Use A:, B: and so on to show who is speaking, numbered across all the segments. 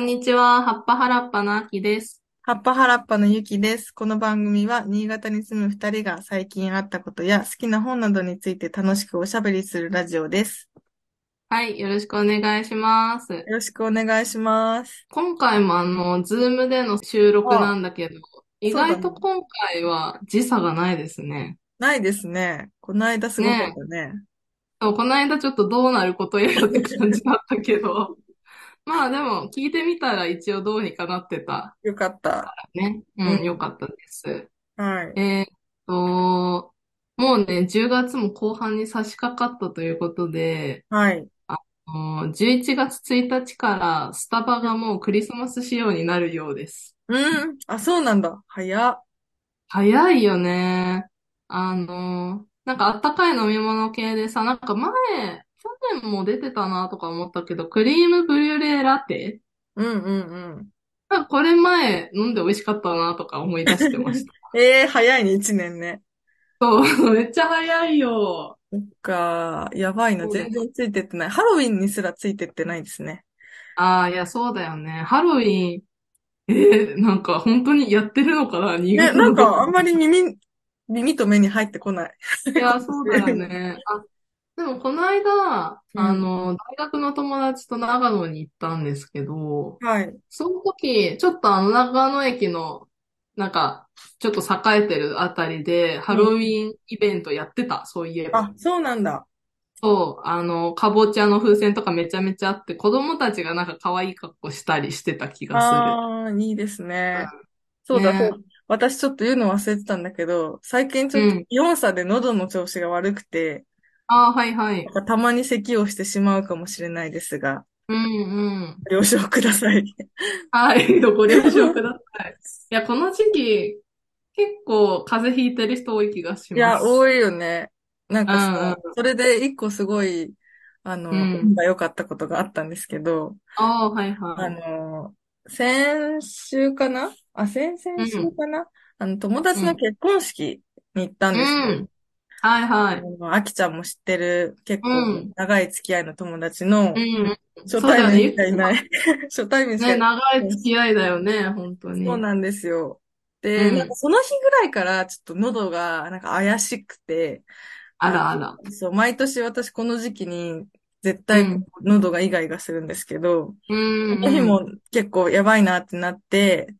A: にちは。葉っぱ原っぱのあきです。
B: 葉っぱ原っぱのゆきです。この番組は新潟に住む二人が最近あったことや好きな本などについて楽しくおしゃべりするラジオです。
A: はい、よろしくお願いします。
B: よろしくお願いします。
A: 今回もあの、ズームでの収録
B: あ
A: なんだけど、意
B: そうだ
A: 外
B: ね。
A: と今回は時差がないですね。
B: ないですね。この間すごかっ
A: ねえ。
B: たね。
A: そうこの間ちょっとどうなることやらって感じだったけど、 まあでも聞いてみたら一応どうにかなってた。
B: よかった。
A: ね。
B: う
A: うん、よ
B: ん。
A: かったです。
B: はい。
A: えーっと、もうね、10月も後半に差し掛かったということで、
B: はい。
A: あの、11月1日からスタバがもうクリスマス仕様になるようです。
B: うん。あ、そうなんだ。早っ。
A: 早いよね。あの、なんかあったかい飲み物系でさ、なんか前、去年も出てたなとか思ったけど、クリームブリュレラテ
B: うんうんうん。
A: あこれ前飲んで美味しかったなとか思い出して ました。
B: ええー、早いね、一年ね。
A: そう、めっちゃ早いよ。
B: そっか、やばいな。
A: そうだ
B: 全
A: よ。
B: 然ついてってない。ハロウィンにすらついてってないですね。
A: ああ、いや、そうだよね。ハロウィン、えー、なんか本当にやってるのかな、
B: ね、
A: 新潟
B: なん
A: のど
B: か
A: こ
B: あんまり耳、耳と目に入ってこない。
A: い
B: 今
A: や、そうだよ
B: 年。
A: ね。あ、でもこの間、
B: う
A: あ
B: ん。
A: の、大学の友達と長野に行ったんですけど、
B: はい。
A: その時、ちょっとあの長野駅の、なんか、ちょっと栄えてるあたりで、ハ
B: うん。
A: ロウィンイベントやってた、そういえば。
B: あ、そうなんだ。
A: そう、あの、かぼちゃの風船とかめちゃめちゃあって、子供たちがなんか可愛い格好したりしてた気がする。。
B: あー、いいですね。そううんだ、そう。
A: ね。
B: 私ちょっと言うの忘れてたんだけど、最近ち
A: う
B: ょっと
A: ん。
B: 気温差で喉の調子が悪くて、
A: ああ、はいは
B: なん
A: い。
B: かたまに咳をしてしまうかもしれないですが、
A: うんうん。
B: 了承ください。
A: はい、 ご了承ください。いや、この時期、結構風邪ひいてる人多い気がし
B: い
A: ま
B: や、
A: す。
B: 多いよね。なん
A: う
B: かさ、
A: んうん
B: それで一個すごい、あ
A: う
B: の、運
A: ん。
B: が良かったことがあったんですけど、
A: ああ、はい
B: あ
A: は
B: の、先週かなあ、先
A: い。
B: 々
A: う
B: 週
A: ん、
B: かなあの、友
A: う
B: 達の
A: ん、
B: 結婚式に行ったんです
A: う
B: よ。
A: ん。はいはい。
B: あの、あきちゃんも知ってる、結
A: う
B: 構
A: ん、
B: 長い付き合いの友達
A: う
B: の、
A: ん。
B: 初
A: そうだ
B: 対
A: よね。
B: 面し
A: ゆき
B: かいない。 初対面しか
A: ね、
B: い
A: 長い
B: ない。
A: 付き合いだよね、本当
B: そう
A: に。
B: なんですよ。
A: う
B: で、なんか
A: ん。
B: その日ぐらいからちょっと喉がなんか怪しくて、
A: あ
B: あ
A: らあら。
B: の、そう、毎年私この時期に絶
A: う
B: 対こ
A: ん、
B: う喉がイガイガするんですけど、
A: う
B: その日
A: ん、うん、
B: も結構やばいなってなって、
A: う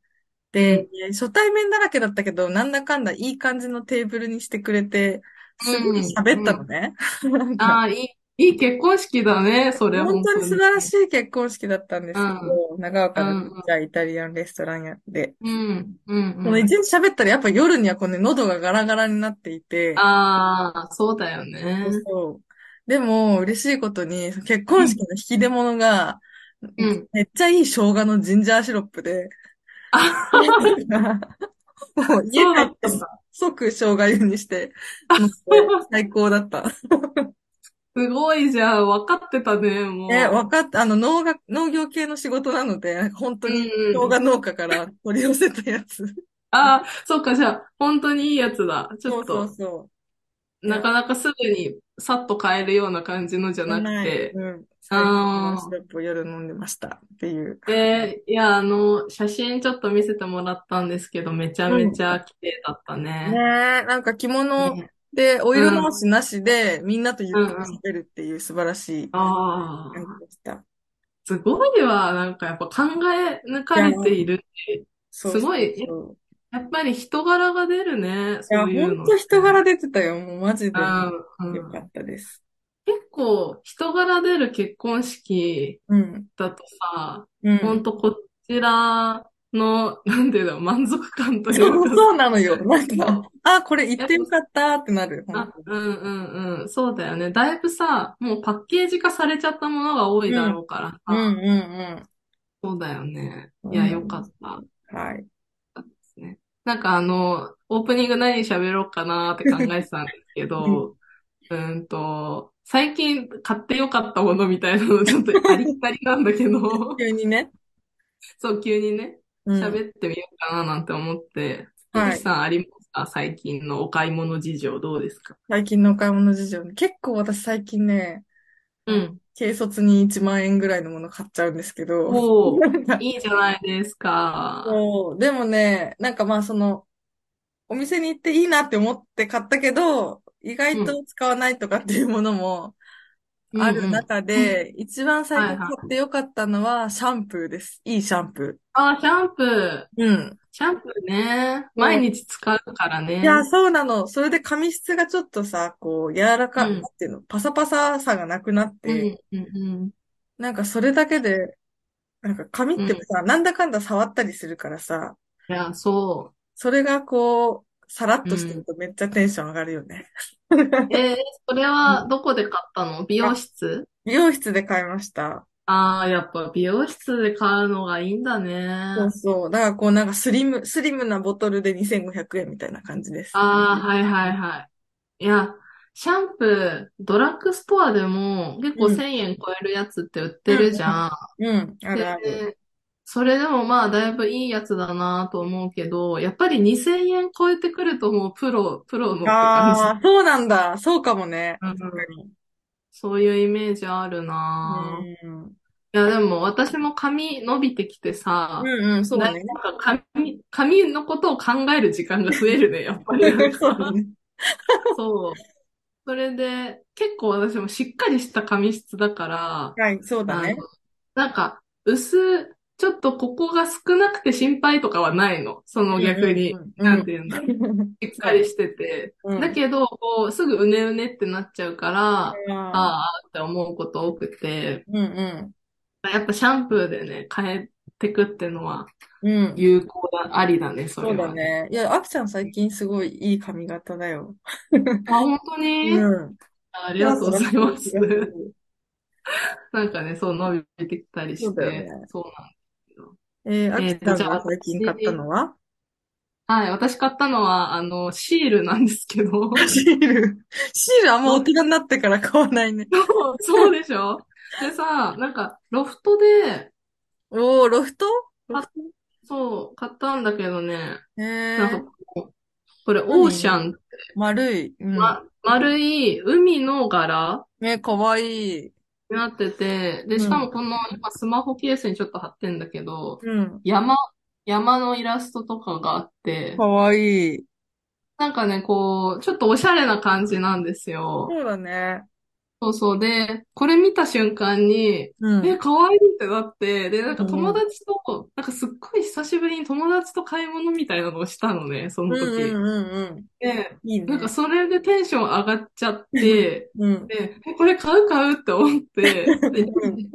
B: で、
A: ん、
B: 初対面だらけだったけど、なんだかんだいい感じのテーブルにしてくれて、すごいう喋っ
A: ん、
B: た
A: う
B: の
A: ん。
B: ね。 なんか、
A: ああ、いい、いい結婚式だね、それ、
B: 本
A: 本
B: 当に
A: 当
B: 素
A: に。
B: 晴らしい結婚式だったんで
A: う
B: すけ
A: ん、
B: ど、長
A: う
B: 岡のちっ
A: ん、
B: ちゃいイタリアンレストランやで。
A: うん、うん、
B: この
A: う
B: 一
A: ん。
B: 日喋ったらやっぱ夜にはこうね、喉がガラガラになっていて、
A: ああ、そうだよ
B: そう
A: ね。
B: そう。でも、嬉しいことに、結
A: う
B: 婚式
A: ん、
B: の引き出物が、
A: うん。
B: めっちゃいい生姜のジンジャーシロップで、
A: あ
B: もう家
A: そうだ
B: 帰っ
A: ってたんだ。
B: 即生姜湯にして、 もうそれ最高だった。
A: すごいじゃん。分かってたね、
B: え、わ
A: も
B: かった。あの、農学、農業系の仕事なので、なんか本当
A: う。
B: に
A: うん
B: 生
A: うん。
B: 姜農家から取り寄せたやつ。
A: ああ、そっか、じゃあ、本当にいいやつだ。ちょ
B: そ
A: っ
B: うそう
A: と、
B: そう。い
A: な
B: や、
A: かなかすぐに、さっと買えるような感じのじゃ
B: じゃ
A: なく
B: ない。
A: て。
B: うん。最高のシ
A: あ
B: ロップを夜飲んでましたっていう。
A: あ、えーいや、あの、写真ちょっと見せてもらったんですけど、めちゃ
B: う
A: め
B: ん。
A: ちゃ綺麗だった
B: ね
A: ね。
B: え、なんか着物
A: ね。
B: で、お
A: う
B: 色
A: ん、う
B: 直
A: ん、
B: しなしで、みんなとゆっ
A: う
B: く
A: ん。
B: り喋るっていう素晴らしい感じ
A: ああ、
B: でした。
A: すごいわ。なんかやっぱ考え抜
B: い
A: か
B: や、
A: れているし、
B: そう
A: す
B: そ
A: ご
B: う
A: い、え
B: そう。
A: やっぱり人柄が出るね、
B: いや、
A: そうい
B: ほ
A: うんのっ
B: と人
A: て。
B: 柄出てたよ。もうマジ
A: う
B: で。よ
A: ん、う
B: か
A: ん。
B: ったです。
A: 結構、人柄出る結婚式
B: うん。
A: だとさ、
B: う
A: ほん
B: ん。
A: とこちらの、なんていうの、満足感という
B: そう、
A: か
B: そう
A: さ、
B: なの よ。なんか、
A: そう、
B: あ、これ行っ
A: やってぱ、
B: よかったってなる。本
A: あ、
B: 当に。
A: うんうんうん、そうだよね。だいぶさ、もうパッケージ化されちゃったものが多いだ
B: うん。
A: ろうから
B: うん
A: さ、
B: うん
A: そうだよね。
B: う
A: い
B: ん。そ
A: や、
B: うな
A: よ
B: ん
A: か
B: で
A: っ
B: す
A: たで
B: よ。はい。
A: すね。なんかあの、オープニング何喋ろうかなーって考えてたんです け
B: うん。
A: ど、うーんと、最近買ってよかったものみたいなの、ちょっとありきたりなんだ けど、
B: 急にね。
A: そう、急にね、
B: うん。
A: 喋ってみようかななんて思って、ゆ
B: は
A: き
B: い。
A: さんありますか最近のお買い物事情どうですか
B: 最近のお買い物事情ね。結構私最近ね、
A: うん。
B: 軽率に1万円ぐらいのもの買っちゃうんですけど、
A: おー、
B: なんか
A: いいじゃないです か。
B: そう、でもね、なんかまあその、お店に行っていいなって思って買ったけど、意
A: う
B: 外
A: ん。
B: と使わないとかっていうものも
A: う
B: あ
A: ん
B: る
A: うん。
B: 中で、一番最
A: は
B: 近
A: いは
B: 買
A: い。
B: ってよかったのはシャンプーです。いいシャンプ
A: あー、シャンプー。
B: ー。うん。
A: シャンプーね。
B: そ
A: 毎
B: う
A: 日使うから
B: いや、
A: ね。
B: そうなの。それで髪質がちょっとさ、こう、柔ら
A: う
B: か、なん
A: ん。
B: ていうの、パサパサさがなくなっ
A: う
B: て、
A: ん、うん、
B: なんかそれだけで、なんか髪っ
A: うん。う
B: て
A: ん。い
B: さ、なんだかんだ触ったりするからさ、
A: や、そ
B: それがこう、さらっ
A: う。
B: として
A: う
B: る
A: ん。
B: とめっちゃテンション上がるよね。
A: えー、それ
B: う
A: は
B: ん
A: どこで買ったの美容
B: あ、
A: 室
B: 美容室で買いました。
A: ああー、やっぱ美容室で買うのがいいんだ
B: そう
A: ね。
B: そう。だからこうなんかスリム、スリムなボトルで2500円みたいな感じです。
A: ああ、はいはいはい。いや、シャンプー、ドラッグストアでも結
B: う
A: 構
B: ん、
A: 1000円超えるやつって売って
B: うん、
A: るじゃん。
B: うん、うんあるある。
A: で、それでもまあだいぶいいやつだなと思うけど、やっぱり2000円超えてくるともうプロ、プロのって感じ。
B: ああ、そうなんだ。そうかもね。
A: うんう
B: 確か
A: ん
B: に。
A: そういうイメージあるな
B: うん。
A: いやでも私も髪伸びてきて
B: う
A: さ、
B: んうん、そう
A: だい
B: ね。
A: なんか髪、髪のことを考える時間が増え るね、やっぱりな ん
B: そうだ
A: か。
B: ね。
A: そう。それで、結構私もしっかりした髪質だから、
B: はい、そうだ
A: あの、
B: ね。
A: なんか、薄、ちょっとここが少なくて心配とかはないの。そうの逆
B: ん
A: に、
B: うんう
A: な
B: う
A: ん
B: んん。
A: て言うんだろう。しっ
B: そ
A: か
B: う
A: りしてて。
B: う
A: だ
B: ん。
A: けど、こう、すぐうねうねってなっちゃうから、あ
B: ああ、
A: あって思うこと多くて、
B: うんうん
A: やっぱシャンプーでね、変えてくってのは
B: うん。
A: 有効だ、ありだね、そ
B: そう
A: れ
B: だ
A: はね。
B: ね。いや、あきちゃん最近すごいいい髪型だよ。
A: あ、本当に
B: うん。
A: ああり
B: ふ
A: が
B: わ
A: と
B: ふ
A: う
B: わ
A: ござい
B: して
A: ま
B: る気が
A: す。
B: する。
A: なんかね、そう伸びてきたり
B: そ
A: し
B: うだよ
A: て、
B: ね。
A: そうなんですよ。
B: えー、あ
A: え
B: き
A: っ
B: ち
A: と、
B: ゃ
A: じ
B: ん
A: ゃあ
B: が最近買った
A: 私、
B: のは
A: はい、私買ったのは、あの、シールなんです けど、
B: シール。シールあんま大
A: ロ
B: 人になってから買わないね。
A: そうでしょでさ、なんか、ロフトで、
B: おー、ロフトロ
A: あ
B: フト
A: そう、買ったんだけどね、なん
B: え
A: か
B: ー、
A: こう、これ、オーシャ
B: 何
A: ン、
B: 丸い。うん。
A: ま、丸い海の柄
B: ね、かわいい。
A: になってて、で、
B: う
A: しか
B: ん。
A: もこの、今スマホケースにちょっと貼ってんだけど、
B: うん。
A: 山、山のイラストとかがあっ
B: か
A: て、
B: わいい。
A: なんかね、こう、ちょっとおしゃれな感じなんですよ。
B: そうだね。
A: そうそう。で、これ見た瞬間に、
B: う
A: え、
B: ん。
A: 可愛いってなって、で、なん
B: う
A: か友
B: ん。
A: 達と、なんかすっごい久しぶりに友達と買い物みたいなのをしたのね、その
B: うんう
A: 時。
B: んうんうん。
A: で、
B: いい
A: なんか
B: ね。
A: それでテンション上がっちゃって、
B: うん。
A: で、えこれ買う買うって思って、で、
B: うん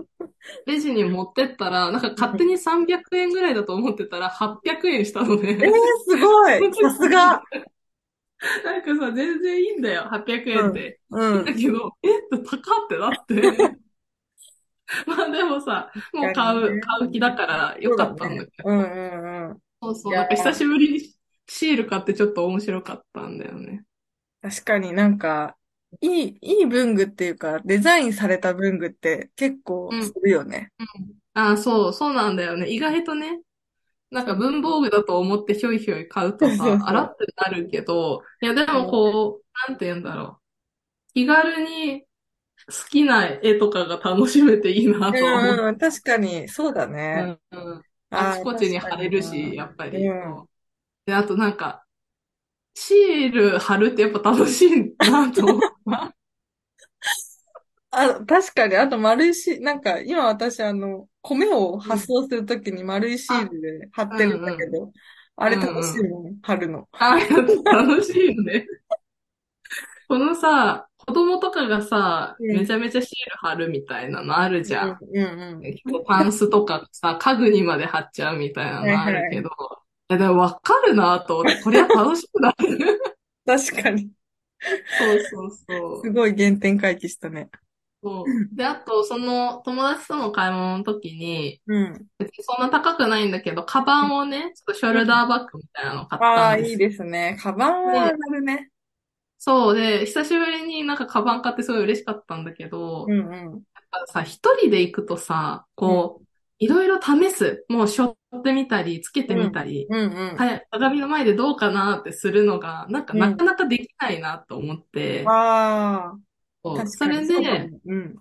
A: レジに持ってったら、なんか勝手に300円ぐらいだと思ってたら、800円したの
B: えー、
A: ね。
B: すごい。
A: 本当
B: さ
A: に
B: すが。
A: なんかさ、全然いいんだよ、800
B: う
A: 円っ
B: ん。
A: て。
B: う
A: いいんだ
B: ん。
A: けど、えっと、高ってなって。 まあでもさ、も
B: 確
A: う
B: かに
A: 買う、
B: ね。
A: 買う気だからよ
B: そう
A: か
B: だ
A: ったん
B: ね。
A: だけ
B: うん
A: ど。
B: うんうん。
A: そう
B: い
A: そう、
B: や
A: なんか久
B: ー、
A: しぶりにシール買ってちょっと面白かったんだよね。
B: 確かになんか、いい、いい文具っていうか、デザインされた文具って結構
A: うん。う
B: す
A: ん。
B: るよね。
A: ああ、そう、そうなんだよね。意外とね、なん
B: そう
A: か文房具だと思ってひょいひょい買う
B: そう
A: と
B: そう
A: さ、あ
B: そ
A: ら
B: う。
A: ってなるけど、いやで
B: そ
A: も
B: う
A: こう、なんて言うんだろう。気軽に好きな絵とかが楽しめていいなとは思
B: う
A: っ
B: んうん、確かに、そうだ
A: う
B: ね。
A: ん、うん。あ
B: あ
A: ち
B: あ、
A: こち
B: 確
A: に
B: か
A: 貼れ
B: に
A: るし、
B: な。
A: やっぱり。
B: うん。
A: そうで、あとなんか、シール貼るってやっぱ楽しいなと思った。
B: あ、確かに、あと丸いし、なんか、今私、あの、米を
A: う
B: 発
A: ん。
B: 送するときに丸いシー
A: あ、
B: ルで貼っ
A: う
B: てるんだ
A: んう
B: け
A: ん。
B: ど、あ
A: う
B: れ楽し
A: んう
B: い
A: ん。
B: もん、貼るの。
A: あ、楽しいよね。 このさ、子供とかがさ、
B: う
A: め
B: ん、
A: ちゃめちゃシール貼るみたいなのある
B: うん、
A: じゃ
B: うん、
A: ん。
B: う。
A: 結構パンスとかさ、家具にまで貼っちゃうみたいなん
B: は
A: の
B: い
A: ある
B: は
A: け
B: い。
A: ど、いやでもわかるなと思って、これは楽しくなる。
B: 確かに。
A: そうそう
B: す
A: そう。
B: ごい原点回帰したね。
A: そう。で、あと、その、友達との買い物の時に、
B: うん。
A: 別にそんな高くないんだけど、カバンをね、ちょっとショ
B: う
A: ル
B: ん。
A: ダーバッグみたいなの買った
B: ああ、
A: んで
B: いい
A: す。
B: ですね。カバンは上
A: で、
B: がるね。
A: そうで、久しぶりになんかカバン買ってすごい嬉しかったんだけ
B: う
A: ど、
B: ん、うん、
A: やっぱさ、一人で行くとさ、
B: うん、
A: こう、いろいろ試す。もう背負ってみたり、つけて
B: う
A: み
B: ん、
A: たり、
B: うん、うん。
A: か鏡の前でどうかなってするのが、なんか
B: う
A: なか
B: ん
A: なかできないなと思って、
B: ああ、
A: そう
B: 確
A: そ
B: かに、
A: れ
B: そうか
A: で、
B: も。うん。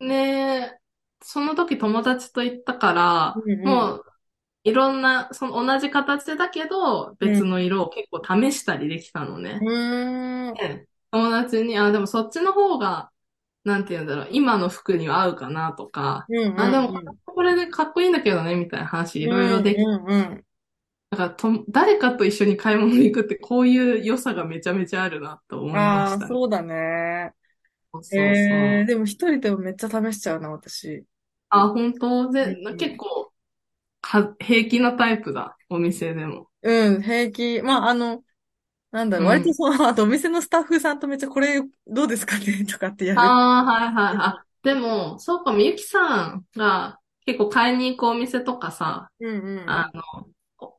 A: で、その時友達と行ったから、
B: うんうん
A: もう、いろんな、その同じ形だけど、別の色を結構試したりできたのね。
B: うーん。
A: で友達に、あ、でもそっちの方が、なんて言うんだろう、今の服には合うかなとか、
B: うんうん
A: あ、でも
B: うん
A: これでかっこいいんだけどね、みたいな話、いろいろでき
B: うんうん
A: だからと、誰かと一緒に買い物に行くって、こういう良さがめちゃめちゃあるなと思
B: う
A: い
B: ん。
A: ま
B: あ
A: し
B: あ、
A: たね。
B: そうだね。
A: そうそうそう。
B: えー、でも一人でもめっちゃ試しちゃうな、私。
A: あ、本当で、
B: うん
A: 結構、は、平気なタイプだ。お店でも。
B: うん、平気。まあ、あの、なんだろう、
A: うん
B: 割とその、あとお店のスタッフさんとめっちゃこれどうですかね とかってやる。
A: ああ、はいはい。あ、でも、そうか、みゆきさんが結構買いに行くお店とかさ、
B: うんうん。
A: あの、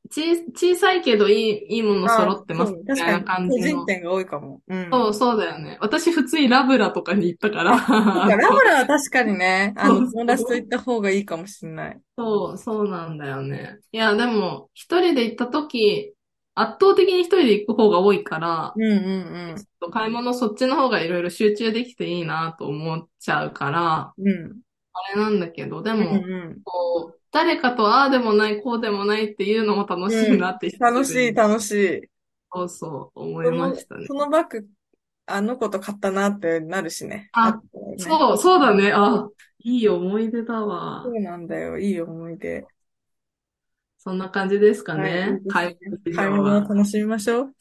A: ち、小さいけどいい、いいもの揃ってます
B: あそう
A: みたいな
B: 確か
A: 感
B: に、
A: じ
B: 個
A: の
B: 人。店が多いかも。うん。
A: そう、そうだよね。私普通にラブラとかに行ったか ら。
B: そっかラブラは確かにね、あ
A: そ
B: の、
A: う
B: 友達と行った方がいいかもしれない。
A: そう、そうなんだよね。いや、でも、一人で行った時、圧倒的に一人で行く方が多いから、
B: うんうん
A: 買い物そっちの方がいろいろ集中できていいなと思っちゃうから、
B: うん。うん。
A: あれなんだけど、で
B: うん
A: も、
B: うん。
A: こう、誰かとああでもない、こうでもないっていうのも楽しいなって、
B: 楽しい、楽しい。
A: そうそう、
B: そ
A: 思い
B: の
A: ましたね。
B: そのバッグ、あの子と買ったなってなるしね。
A: あ
B: とね
A: そう、そうだね。あ、いい思い出だわ
B: そ。うなんだよ。いい思い出。
A: そんな感じですか
B: はいいいで。
A: ね
B: す
A: 買い
B: ね
A: 物
B: 買い
A: は
B: 物を楽しみましょう。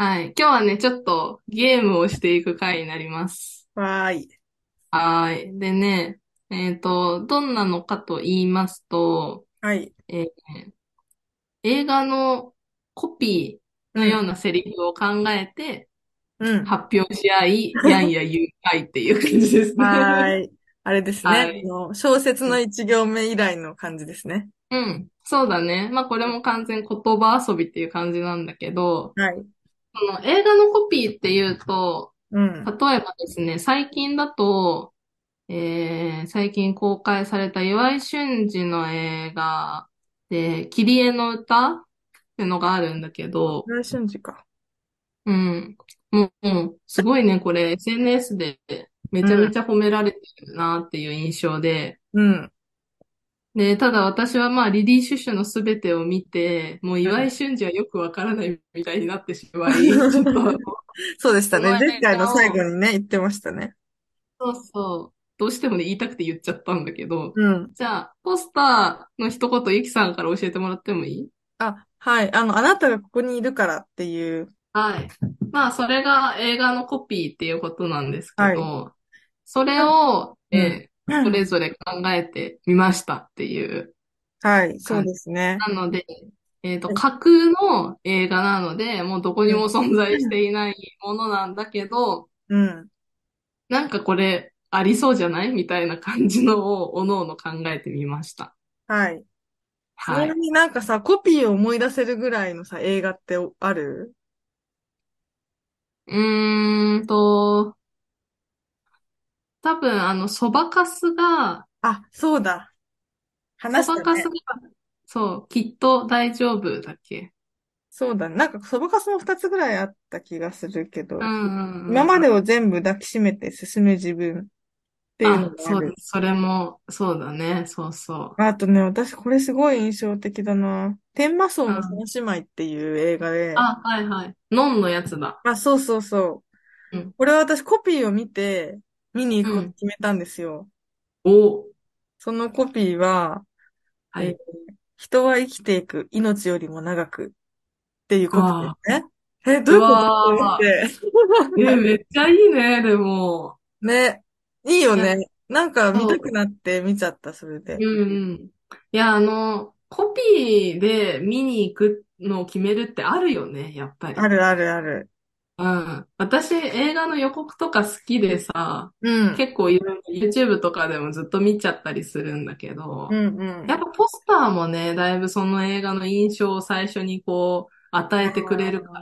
A: はい。今日はね、ちょっとゲームをしていく回になります。
B: わーい。
A: はーい。でね、えっと、どんなのかと言いますと、
B: はい。
A: 映画のコピーのようなセリフを考えて
B: うん。は
A: 発表し 合い、やんや言う回っていう感じですね。
B: ーい。 あれです
A: は
B: ね
A: い。
B: あの小説の一行目以来の感じですね。
A: うん。そうだね。まあこれも完全言葉遊びっていう感じなんだけど、
B: はい。
A: その映画のコピーっていうと、
B: うん。
A: 例えばですね、最近だと、えー、最近公開された岩井俊二の映画で、キリエの歌ってのがあるんだけど、
B: 岩井俊二か。
A: うん。もう、もうすごいね、これ SNS でめちゃめちゃ褒められてるなっていう印象で、
B: うん。
A: で、ただ私はまあ、リリー・シュシュのすべてを見て、もう岩井俊二はよくわからないみたいになってしまい、ちょっと、
B: そうでしたね。
A: この間
B: 前回の最後にね、言ってましたね。
A: そうそう、どうしてもね、言いたくて言っちゃったんだけど、
B: うん。
A: じゃあ、ポスターの一言、ゆきさんから教えてもらってもいい
B: あ、はい。あの、あなたがここにいるからっていう。
A: はい。まあ、それが映画のコピーっていうことなんですけど、
B: は
A: それを、
B: うん
A: えーそれぞれ考えてみましたっていう。
B: はい。そうですね。
A: なので、えっと、架空の映画なので、もうどこにも存在していないものなんだけど、
B: うん。
A: なんかこれありそうじゃないみたいな感じのを、おのおの考えてみました。
B: はい。ち
A: は。
B: ないみになんかさ、コピーを思い出せるぐらいのさ、映画ってある
A: うーんと、多分、あの、そばかすが、
B: あ、そうだ。話し
A: そば
B: た
A: か
B: ね
A: す。が、そう、きっと大丈夫だっけ。
B: そうだね。なんか、そばかすも二つぐらいあった気がするけど
A: う、んうんうん。
B: 今までを全部抱きしめて進む自分っていうの
A: あ、
B: が
A: そ
B: あ
A: う
B: る。、
A: それも、そうだね、そうそ
B: あとね、私これすごい印象的だな。天魔荘の三姉妹っていう映画で
A: う。、あ、はいはい。ノンのやつだ。
B: あ、そうそうそう
A: うん。
B: これは私コピーを見て、見に行くこと決めたんですよ。
A: お、
B: そのコピーは、
A: は
B: えー
A: い。
B: 人は生きていく命よりも長くっていうコピーですね。え、どういうこと
A: わー
B: と思って。
A: え、めっちゃいいね、でも。
B: ね。いいよ
A: い
B: ね。なんか見たくなって見ちゃった、それで
A: う。んうん。いや、あの、コピーで見に行くのを決めるってあるよね、やっぱり
B: あ。るあるある。
A: うん。私、映画の予告とか好きでさ、
B: うん。
A: 結構いろいろ YouTube とかでもずっと見ちゃったりするんだけど
B: う、んうん。
A: やっぱポスターもね、だいぶその映画の印象を最初にこう、与えてくれるか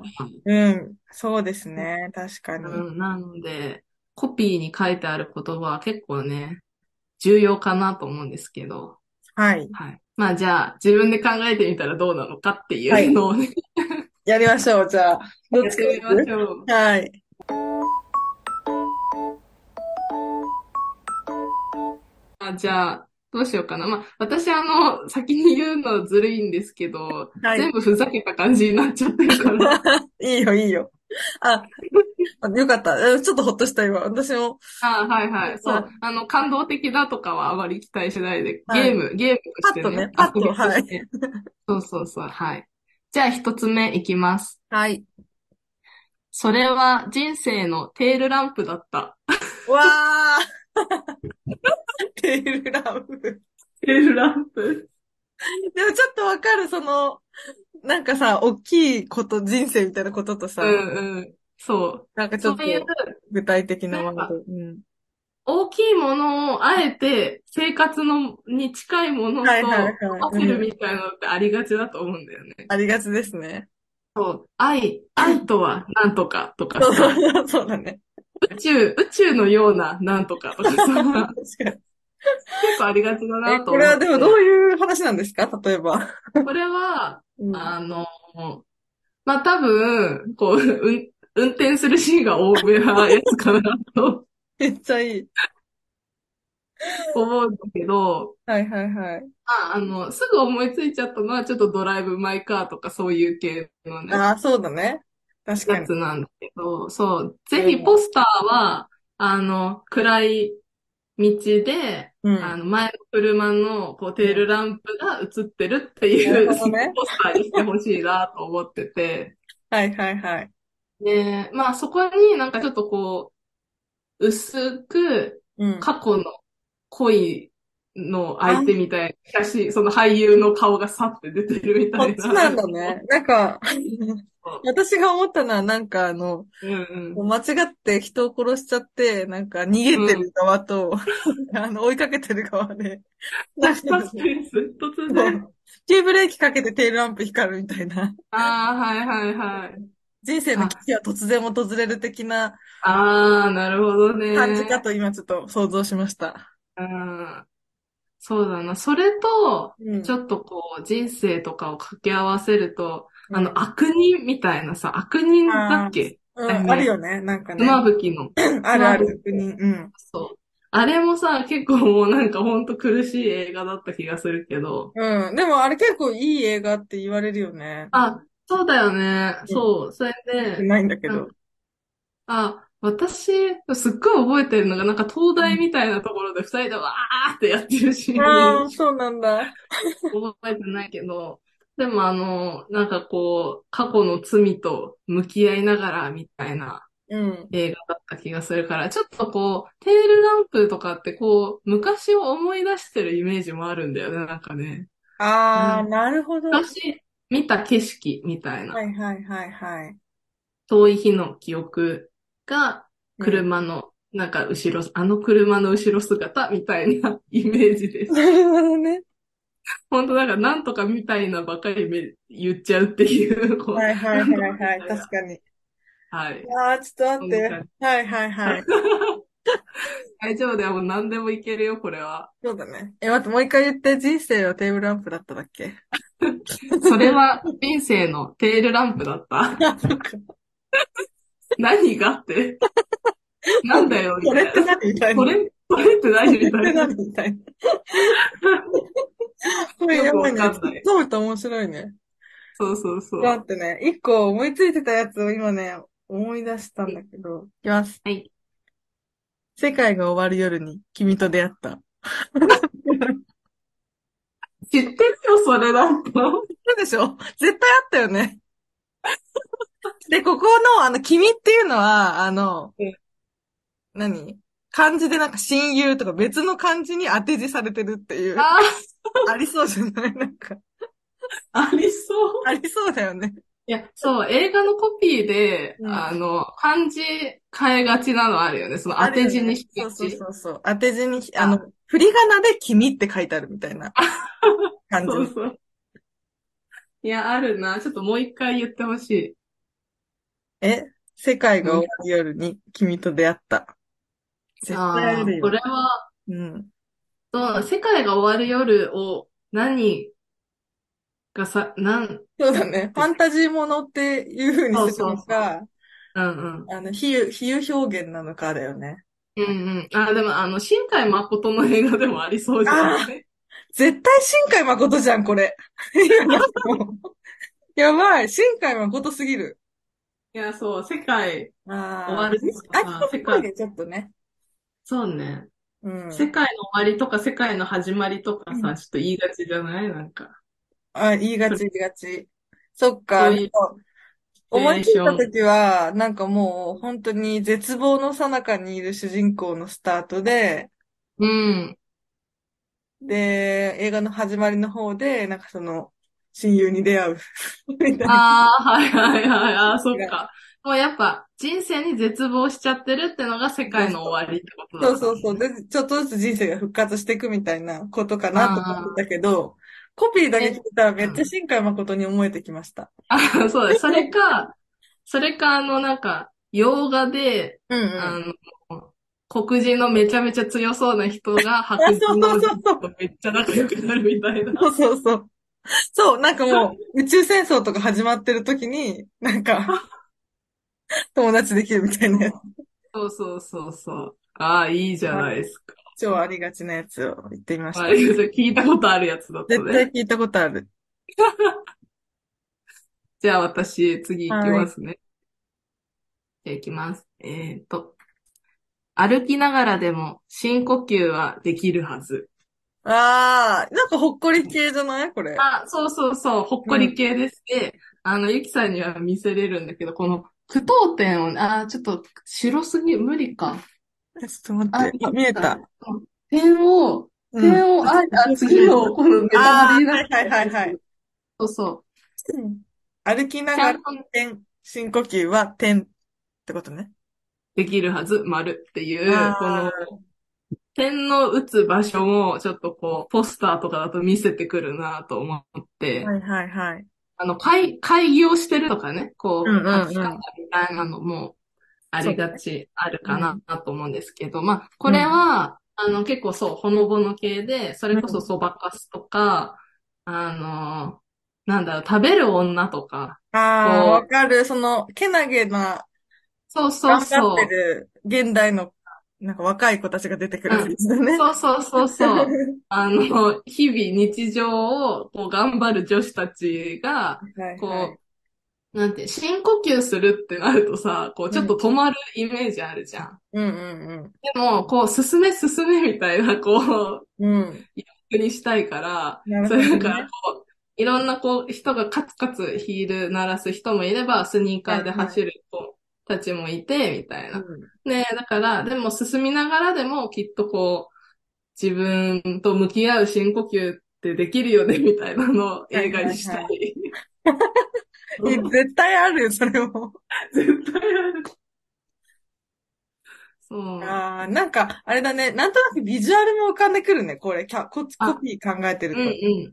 A: ら、
B: うん。そうですね。確かに。
A: うん、なので、コピーに書いてある言葉は結構ね、重要かなと思うんですけど、
B: はい。
A: はい。まあじゃあ、自分で考えてみたらどうなのかって
B: はいいう
A: のをね、
B: やりましょう、じゃあ。どっ
A: やっ
B: ちか
A: てみましょう。
B: はい。
A: あ、じゃあ、どうしようかな。まあ、私、あの、先に言うのずるいんですけど、
B: はい
A: 全部ふざけた感じになっちゃって るから。
B: いいよ、いいよ。あ、 よかった。えちょっとほっとした、今。私も。
A: あ、はいはい。そ。
B: はいう
A: あの、感動的だとかはあまり期待しないで、
B: はい
A: ゲーム、ゲームとしてね。
B: パッとね
A: 遊びして そうそうそう、はい。じゃあ、一つ目いきます。
B: はい。
A: それは人生のテールランプだった。
B: わー テールランプ。
A: テールランプ
B: でもちょっとわかる、その、なんかさ、大きいこと、人生みたいなこととさ、
A: うんうん。そう。
B: なんかちょっ
A: そう
B: と
A: いう
B: 具体的なも
A: な
B: の
A: ん
B: で
A: か
B: うん。
A: 大きいものをあえて生活のに近いものと
B: はいはいはい
A: 合わせるみたいなのってありがちだと思うんだよね。
B: ありがちですね。
A: そう。愛、愛とはなんとかとか
B: そう
A: さ、
B: そう、そうだね。
A: 宇宙、宇宙のようななんとかとか さ、
B: 確
A: 結
B: かに。
A: 構ありがちだ
B: え
A: なと思って。
B: これはでもどういう話なんですか例えば。
A: これは、
B: うん
A: あの、まあ、多分、こう、うん運転するシーンが多めなやつかなと
B: めっちゃいい。
A: 思うんだけど、
B: はいはいはい。
A: まあ、あの、すぐ思いついちゃったのは、ちょっとドライブ・マイ・カーとかそういう系のね、
B: ああ、そうだね。確か
A: や
B: に
A: つ。なんだけど、そう、ぜひポスターは、あの、暗い道で、
B: う
A: あ
B: ん。
A: の、前の車の、こう、テールランプが映ってるってい
B: なる
A: う、
B: ほどね
A: ポスターにしてほしいなと思ってて、
B: はいはいはい。
A: で、まあ、そこになんかちょっとこう、薄く、
B: うん。
A: 過去の恋の相手みたいな、しかし、その俳優の顔がさって出てるみ
B: こ
A: た
B: っ
A: い
B: ち
A: な。
B: なんだね。なんか、 私が思ったのは、なんかあの、
A: うんうん。
B: 間違って人を殺しちゃって、なんか逃げてる側と、あの、追いかけてる側で、な
A: ラ
B: ん
A: スト
B: か
A: ス、ペース、突
B: こ
A: 然。
B: う急ブレーキかけてテールランプ光るみたいな、
A: ああ、はいはいはい。
B: 人生の危機は突然訪れる的な
A: ああ、なるほどね。
B: 感じかと今ちょっと想像しました。
A: うん。そうだな。それと、
B: うん
A: ちょっとこう、人生とかを掛け合わせると、
B: うん
A: あの、悪人みたいなさ、悪人だっけ
B: うん、あるよね、なんかね。
A: 妻夫木の。
B: あるある、逆に。うん。
A: そう。あれもさ、結構もうなんかほんと苦しい映画だった気がするけど。
B: うん。でもあれ結構いい映画って言われるよね。
A: あ、そうだよね。そう。それで、
B: ないんだけど。
A: あ、私、すっごい覚えてるのが、なんか東大みたいなところで二人でわーってやってるシー
B: あ
A: ン
B: あ、そうなんだ。
A: 覚えてないけど、でもあの、なんかこう、過去の罪と向き合いながらみたいな
B: うん。
A: 映画だった気がするから、ちょっとこう、テールランプとかってこう、昔を思い出してるイメージもあるんだよね、なんかね。
B: ああ、
A: うん
B: なるほど。は
A: 昔見た景色みたいな、
B: いはいはいはい。
A: 遠い日の記憶が車の、なんか後ろ、あの車の後ろ姿みたいな イメージです。
B: なるほどね。
A: 本当なんかなんとかみたいなばかりめ言っちゃうっていう、こう
B: はいはいはいはい。確かに。
A: はい。
B: ああ、ちょっと待っ
A: そんな感
B: て。はいはいはい。
A: 大丈夫だよ、もう何でもいけるよ、これは。
B: そうだね。え、待って、もう一回言って、人生はテーブルランプだっただっ け
A: それは人生のテールランプだった。 何がって。なんだよ、み
B: こ
A: たい
B: れっ
A: な
B: て。何みたいな。
A: これ、これって何み
B: こ
A: た
B: れ
A: い
B: って
A: な。
B: 何みたいな。これやばいね。
A: よくわかんない
B: そうと面白いね。
A: そうそうそう。
B: だってね、一個思いついてたやつを今ね、思い出したんだけど。いきます。
A: はい。
B: 世界が終わる夜に君と出会った。
A: 知ってるよ、それだ と。
B: そうでしょ絶対あったよね。で、ここの、あの、君っていうのは、あの
A: うん、
B: 何漢字でなんか親友とか別の漢字に当て字されてるっていう。
A: あ
B: ありそうじゃないなんか。
A: あ、ありそう。
B: ありそうだよね。
A: いや、そう、映画のコピーで、
B: うん
A: あの、漢字変えがちなのあるよね。その当て字にし
B: あるよ
A: が
B: ねそう
A: ち。
B: そうそうそう。当て字に、
A: あ
B: あの、振り仮名で君って書いてあるみたいな感
A: そう
B: じ。
A: そう。いや、あるな。ちょっともう一回言ってほしい。
B: え世界が終わる夜に君と出会った。絶対あ
A: あ
B: る
A: ーこ
B: よ。
A: れは、
B: うん。
A: そう、世界が終わる夜を何がさ、なん、
B: そうだね。ファンタジーものっていう風に
A: そう
B: する
A: そう
B: の
A: そう。
B: か、
A: うんうん。
B: あの、比喩、比喩表現なのかだよね。
A: うんうん。あ、でも、あの、新海誠の映画でもありそうじゃ
B: ああ、
A: ない
B: 絶対新海誠じゃん、こ れ。今のやばい、新海誠すぎる。
A: いや、そう、世界
B: あ
A: 終わ
B: あ、
A: る
B: に
A: とか
B: 秋
A: さ、
B: っ
A: 世
B: ぽい
A: 界、
B: ね、ちょっとね。
A: そうね。
B: う
A: 世
B: ん。
A: 界の終わりとか世界の始まりと
B: う
A: かさ、
B: ん
A: ちょっと言いがちじゃないなんか。
B: あ、言いが
A: そ
B: ち、
A: れ
B: 言いがち。そっ
A: そ
B: か、
A: う
B: で
A: いう
B: も、
A: シチ
B: 思
A: ュ
B: い
A: エー
B: つ
A: シ
B: い
A: ョ
B: た
A: ン。
B: 時は、なんかもう、本当に絶望の最中にいる主人公のスタートで、
A: うん。
B: で、映画の始まりの方で、なんかその、親友に出会うみたい
A: ああ、はいはいはい。ああ、そっ
B: な。
A: か。もうやっぱ人生に絶望しちゃってるってのが世
B: そう
A: 界
B: そ
A: の
B: う。
A: 終わりってことだ
B: そう
A: った
B: そうんそ
A: だ
B: う。
A: ね。
B: で、ちょっとずつ人生が復活していくみたいなことかなと思って
A: あ
B: たけど、コピーだ
A: あ、
B: け
A: え、
B: 聞いたらめ
A: う
B: っちゃ
A: ん。
B: 新海誠に思えてきました。
A: あ、そうだ。それか、それかあのなんか、洋画で、
B: うんうん。
A: あの、黒人のめちゃめちゃ強そうな人が
B: あ、
A: 白
B: そう
A: 人の
B: そう
A: おじ
B: そ
A: いう
B: そう。
A: とめっちゃ仲良くなるみたい
B: そう
A: な。
B: そうそう。そう、なんかも う、宇宙戦争とか始まってる時に、なんか、友達できるみたいなやつ。
A: そうそうそうそう。ああ、いいじゃ
B: あ
A: ない
B: り
A: ですか。
B: 超ありがちなやつを言ってみまし
A: あ
B: た。
A: れ、 聞いたことあるやつだった
B: 絶対
A: ね。
B: 聞いたことある。
A: じゃあ私、次行き
B: は
A: ま
B: い。
A: すね。じゃあ行きます。えっと、歩きながらでも深呼吸はできるはず。
B: あー、なんかほっこり系じゃないこれ。
A: あ、そうそうそう、ほっ
B: う
A: こり
B: ん。
A: 系です。で、あの、ゆきさんには見せれるんだけど、この、句読点をね、あー、ちょっと、白すぎ、無理か。
B: えちょっと待っ
A: あ、
B: て。
A: 見
B: あ、見え
A: えた。
B: た。
A: 点を、
B: うん。
A: 点を、あ、あ、次の、このネタバ
B: あ
A: レに
B: あ
A: な
B: ー、
A: っ
B: はい
A: ちゃ
B: は
A: う
B: い
A: や
B: はいはい。
A: つ。そうそう。
B: うん歩きな
A: ちゃ
B: が
A: ん
B: ら
A: と
B: 点、深呼吸は点ってことね。
A: できるはず、丸っていう、こ
B: あ
A: の、
B: あ。
A: 点の打つ場所も、ちょっとこう、ポスターとかだと見せてくるなと思っ
B: は
A: て、
B: いはいはい。
A: あの、会、会議をしてるとかね、
B: う
A: こう、
B: んう
A: 書き
B: んう
A: 方
B: ん。
A: みたいなのもあ
B: そう
A: り
B: だ
A: が
B: ね。
A: ちある
B: う。
A: かなんと思うんですけど、まあ、こ
B: う
A: れ
B: ん。
A: は、あの、結構そう、ほのぼの系で、そうれこそ
B: ん。
A: そばかすとか、あの、なんだろう、食べる女とか、
B: ああ、わ
A: こう、
B: かる。その、けなげな、
A: そうそう
B: 頑張って
A: そ
B: る、現代の、なんか若い子たちが出てく
A: う、
B: る
A: う
B: 感
A: ん、
B: じだね。
A: そうそうそう そう、あの、日々日常をこう頑張る女子たちが、
B: はいはい。
A: こう、なんて、深呼吸するってなるとさ、こう、
B: う
A: ちょっ
B: ん。
A: と止まるイメージあるじゃん。
B: うんうん
A: でも、こう、進め進めみたいな、こ
B: う
A: う、
B: ん。うん。
A: イメージにしたいから、
B: なる
A: そ
B: ほ
A: れ
B: ど
A: だから、
B: ね。
A: こう、いろんな、こう、人がカツカツヒール鳴らす人もいれば、スニー
B: は
A: カー
B: い
A: で
B: はい。
A: 走る子たちもいて、みたいうな。
B: ん。
A: ねだから、でも進みながらでも、きっとこう、自分と向き合う深呼吸ってできるよね、みたいなのを
B: は
A: 映
B: い
A: 画
B: は
A: に
B: い
A: した
B: はい。
A: い。
B: え、 絶対あるよ、それも。
A: 絶対ある。そう。
B: ああ、なんか、あれだね。なんとなくビジュアルも浮かんでくるね。これ、キャ、こ、コ
A: あ、
B: ピー考えてる
A: うん
B: と。
A: うん。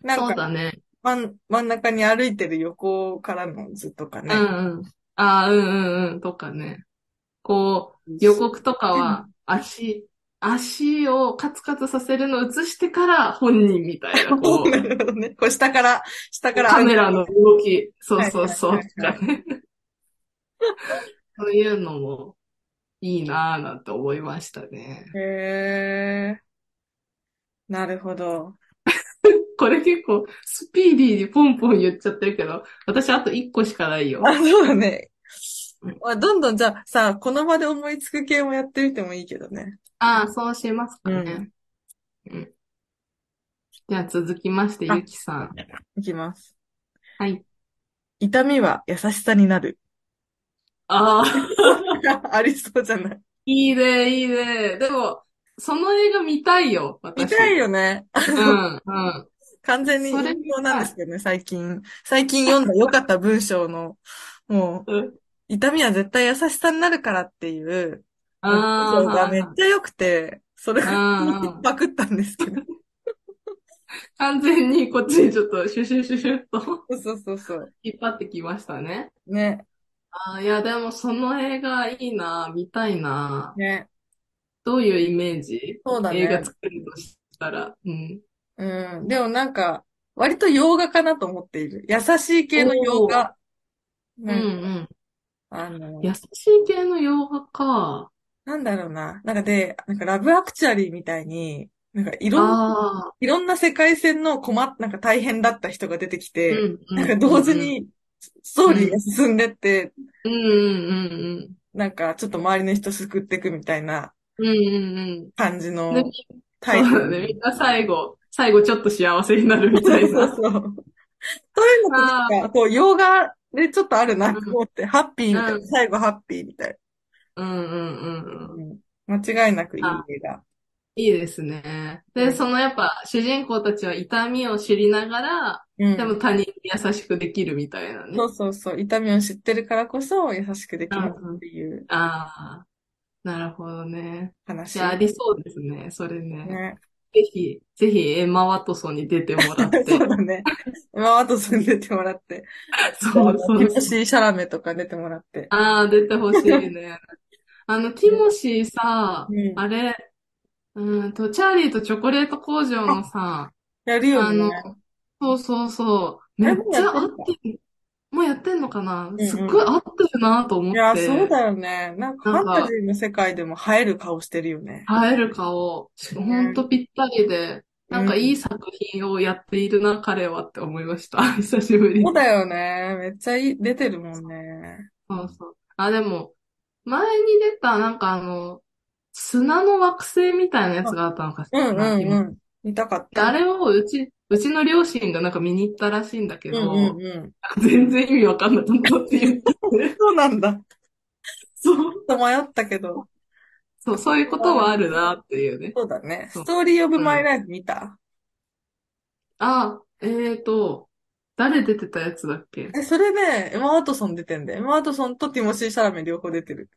B: なん
A: そう
B: か、
A: だね。
B: 真ん、真ん中に歩いてる横からの図とか
A: う
B: ね。
A: んうん。ああ、うんうんうん。とかね。こう、
B: うん
A: 予告とか
B: うん
A: は、足、足をカツカツさせるのを映してから本人みたいな、
B: な
A: こ
B: るほどね。こう、下から、下
A: う、
B: から
A: カ
B: 歩い
A: メ
B: て
A: ラの動き、そう
B: はい
A: そう
B: はい
A: そう、
B: はい
A: と
B: は
A: か
B: い。
A: ね。 そういうのもいいなぁなんて思いましたね。
B: へえ、なるほど。
A: これ結構スピーディーにポンポン言っちゃってるけど、私あと1個しかな
B: あ、
A: いよ。
B: そうだね。
A: うん
B: まあ、どんどんじゃあさ、この場で思いつく系もやってみてもいいけどね。
A: ああ、そうします
B: う
A: か
B: ん。
A: ね。うん。じゃあ続きまして、
B: あ、
A: ゆきさん。
B: いきます。
A: はい。
B: 痛みは優しさにな る。
A: ああ。
B: ありそうじゃない。
A: いいね、いいね。でも、その映画見たいよ、
B: 見たい
A: 私。
B: よね。あ
A: う
B: の、
A: ん、うん。
B: 完全に
A: それ
B: 引
A: 見
B: 用なんで
A: た
B: す
A: い。
B: けどね、最近。最近読んだ良かった文章の、も
A: うん。
B: う、痛みは絶対優しさになるからっていう、もう文章がめっ
A: あ
B: ちゃ良くて、それ
A: あ、
B: に
A: ああ、
B: パクったんですけど。
A: 完全にこっちにちょっとシュシュシュシュっと
B: そうそうそうそう。
A: 引っ張ってきましたね。
B: ね、
A: ああ、いや、でもその映画いいな、見たいな。
B: ね。
A: どういうイメージ
B: そうだ
A: 映画
B: ね。
A: 作るとしたら。うん。
B: うん。でもなんか、割と洋画かなと思っている。優しい系の洋
A: おー
B: 画。
A: う
B: なんか、
A: ん
B: あ
A: うん。優
B: の、
A: しい系の洋画か。
B: なんだろうな。なんかで、なんかラブアクチュアリーみたいに、なんかいろん、
A: ああ、
B: いろんな世界線の困っ、なんか大変だった人が出てき
A: う
B: て、
A: んう
B: なんか
A: んう
B: 同
A: ん
B: 時
A: うん。
B: にストー
A: う
B: リーが
A: ん
B: 進んでって、
A: うんうんうん
B: なんかちょっと周りの人救っていくみたいな
A: うん。うんうんうん
B: 感じ
A: で、
B: のタ
A: そう
B: イト
A: だ
B: ル
A: ね。
B: の。
A: みんな最後、最後ちょっと幸せになるみ
B: そ
A: た
B: う
A: い
B: そう
A: な。
B: そう。そういうのって
A: あ
B: なん
A: あ、
B: か、こう、洋画でちょっとあるな
A: う
B: と
A: ん
B: 思って、ハッピー
A: う
B: みたいな、
A: ん
B: 最後ハッピーみたいな。
A: うんうんうんう。
B: うんん、間違いなくいい
A: あ、
B: 映画。
A: いいですね。
B: う
A: で、
B: ん。
A: そのやっぱ主人公たちは痛みを知りながら、
B: う
A: で
B: ん。
A: も他人に優しくできるみたいな
B: そう
A: ね。
B: そうそう。痛みを知ってるからこそ優しくで
A: う
B: きます
A: んう
B: っ
A: ん。
B: ていう
A: ああ、なるほどね。いや、あ
B: 話。
A: りそうですね。それね。
B: ね。
A: ぜひ、ぜひエマ・ワトソンに出てもらっ
B: そう
A: て。
B: だね。今、ワトソン出てもらって。あと、
A: そ
B: あ
A: う
B: の、
A: そ
B: ティ
A: う
B: モ
A: そう。
B: シー・シャラメとか出てもらって。
A: ああ、出てほしいね。 あの、ティモシーさ、
B: うん。
A: あれ、うーんと、チャーリーとチョコレート工場
B: あ、
A: のさ、
B: やるよ
A: あの、
B: ね。
A: そうそうそう、
B: あれ
A: めっ
B: もや
A: ち
B: っ
A: ゃ
B: て
A: 合
B: る
A: っ
B: か。
A: てる、もうやってんのかな
B: う
A: すっ
B: んう
A: ごい
B: ん。
A: 合ってるなと
B: い
A: 思っ
B: や、そう
A: て、
B: だよね。なんか、フ
A: な
B: ァ
A: ん
B: ンタジ
A: か、
B: ーの世界でも映える顔してるよね。
A: 映える顔、ほん
B: ね。
A: とぴったりで、
B: う
A: なんかいい
B: ん。
A: 作品をやっているな、彼はって思いました。 久しぶり
B: そうだ
A: に。
B: よね。めっちゃいい、出てるもんね。
A: そうそう。あ、でも、前に出た、なんかあの、砂の惑星みたいなや
B: あ
A: つがあったのかし
B: うん
A: ら、
B: う
A: 今。
B: んうん。見たかっ
A: であ
B: た。
A: れをうち、うちの両親がなんか見に行ったらしいんだけ
B: うん
A: ど、
B: うんうん。
A: 全然意味わかんなかったって 言ってて、
B: そうなんだ。
A: そ
B: ちょっ
A: う、
B: と迷ったけど。
A: そう、そういうことはあるなっていうね。
B: そうだね。
A: そ
B: ス
A: う、
B: トーリーオブ
A: う
B: マイ
A: ん。
B: ライフ見た
A: あ、えーと、誰出てたやつだっけ
B: え、それね、エマ・ワトソン出てんだよ。エマ・ワトソンとティモシー・シャラメ両方出てる。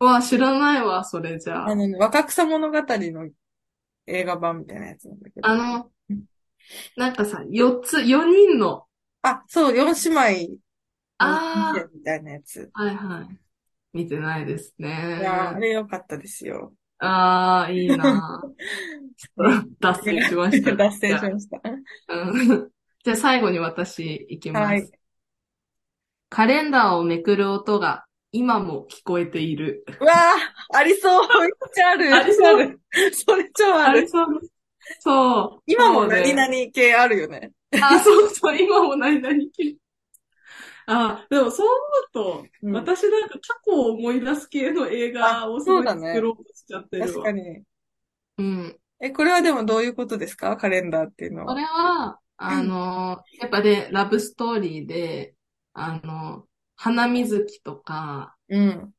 A: うわ、知らないわ、それじゃ
B: あ
A: あ。
B: のね、若草物語の映画版みたいなやつなんだけ
A: あ
B: ど。
A: の、
B: うん
A: なんかさ、四つ、四人の、
B: あ、そう、四姉妹の人生
A: あ
B: みたいなやつ。
A: あ、はいはい。見てないです
B: いやー、あ
A: ね。
B: れ良かったですよ。
A: ああ、いいな。
B: ね。
A: 脱線しましたね。
B: 脱
A: じ
B: 線
A: ゃ
B: しました。
A: あ、うん。じゃあ最後に私行き
B: は
A: ま
B: い。
A: す。カレンダーをめくる音が今も聞こえている。
B: うわー、ありそう。めっちゃある、め
A: あ
B: っ
A: り
B: ちゃあ
A: そう、
B: る。それ超あ
A: あり
B: る。
A: そうです。そう、
B: 今も
A: そう
B: 何
A: で。
B: 々系あるよね。
A: あ、そうそう、今も何々系。あ、でもそう思うと、
B: うん。
A: 私なんか過去を思い出す系の映
B: あ、
A: 画をす
B: そう
A: ごい
B: だ
A: 作
B: ね。
A: ろうとしちゃってる
B: 確か
A: わ。
B: に。
A: うん。
B: え、これはでもどういうことですかカレンダーっていうの
A: こ
B: は。
A: れは、
B: う
A: あ
B: ん。
A: の、やっぱね、ラブストーリーで、あの、花水木とか、
B: うん。